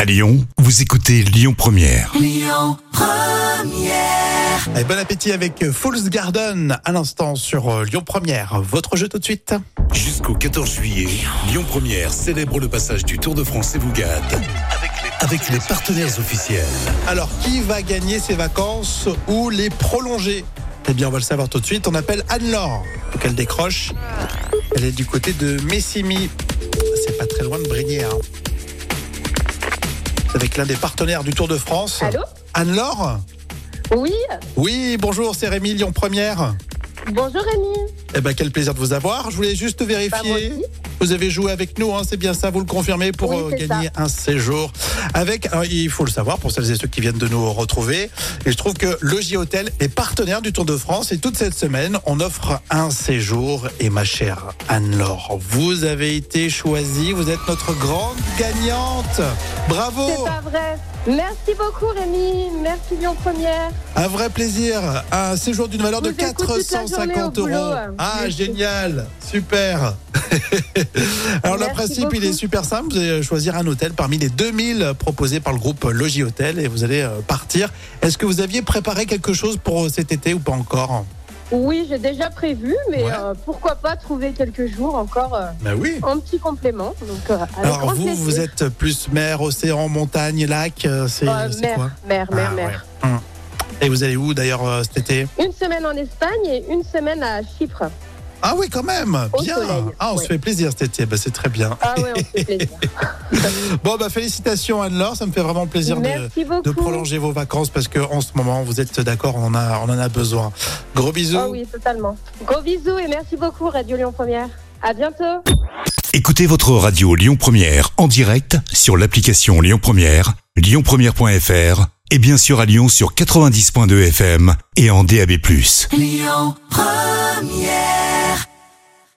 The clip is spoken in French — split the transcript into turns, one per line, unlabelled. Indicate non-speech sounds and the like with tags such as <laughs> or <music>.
À Lyon, vous écoutez Lyon Première.
Et bon appétit avec Fool's Garden à l'instant sur euh, Lyon Première. Votre jeu tout de suite.
Jusqu'au 14 juillet, Lyon Première célèbre le passage du Tour de France et vous gâte avec les partenaires officiels.
Alors, qui va gagner ses vacances ou les prolonger Eh bien, on va le savoir tout de suite. On appelle Anne-Laure. Faut qu'elle décroche. Elle est du côté de Messimi. C'est pas très loin de Brinière. hein. C'est avec l'un des partenaires du Tour de France.
Allô
Anne-Laure
Oui,
Oui, bonjour, c'est Rémi Lyon Première.
bonjour Rémi.
Eh ben, quel plaisir de vous avoir. Je voulais juste
Bah, moi
vérifier.
aussi.
Vous avez joué avec nous, hein, c'est bien ça, vous le confirmez, pour
Oui,
euh,
c'est
gagner un séjour. Avec, alors, il faut le savoir, pour celles et ceux qui viennent de nous retrouver, il se trouve que le J-Hôtel est partenaire du Tour de France et toute cette semaine, on offre un séjour. Et ma chère Anne-Laure, vous avez été choisie, vous êtes notre grande gagnante. Bravo
C'est pas vrai. Merci beaucoup Rémi. Merci Lyon Première.
Un vrai plaisir, un séjour d'une valeur de
Vous écoute toute la
450 euros.
journée au boulot. hein.
Ah,
Merci.
génial, super. <laughs> Alors le
Merci
principe, il
beaucoup.
est super simple, vous allez choisir un hôtel parmi les 2000 proposés par le groupe Logis Hôtel et vous allez euh, partir. Est-ce que vous aviez préparé quelque chose pour euh, cet été ou pas encore
Oui, j'ai déjà prévu, mais
Ouais.
euh, pourquoi pas trouver quelques jours encore euh,
Ben oui.
en petit complément. Donc, euh, avec
Alors
grand
vous,
plaisir.
vous êtes plus mer, océan, montagne, lac, euh, c'est
Euh,
c'est
mer,
quoi
mer, mer,
Ah,
mer.
ouais. Hum. Et vous allez où d'ailleurs euh, cet été
Une semaine en Espagne et une semaine à Chypre.
Ah oui quand même,
Au
bien.
soleil,
Ah on se
ouais.
fait plaisir cet été, Ben, c'est très bien.
Ah ouais, on se fait plaisir.
Bon, bah, félicitations Anne-Laure, ça me fait vraiment <laughs> plaisir de,
Merci beaucoup.
de prolonger vos vacances parce que en ce moment, vous êtes d'accord, on en a, on en a besoin. Gros bisous.
Ah oui, totalement. Gros bisous et merci beaucoup Radio Lyon Première. À bientôt.
Écoutez votre radio Lyon Première en direct sur l'application Lyon Première, lyonpremière.fr et bien sûr à Lyon sur 90.2 FM et en DAB+.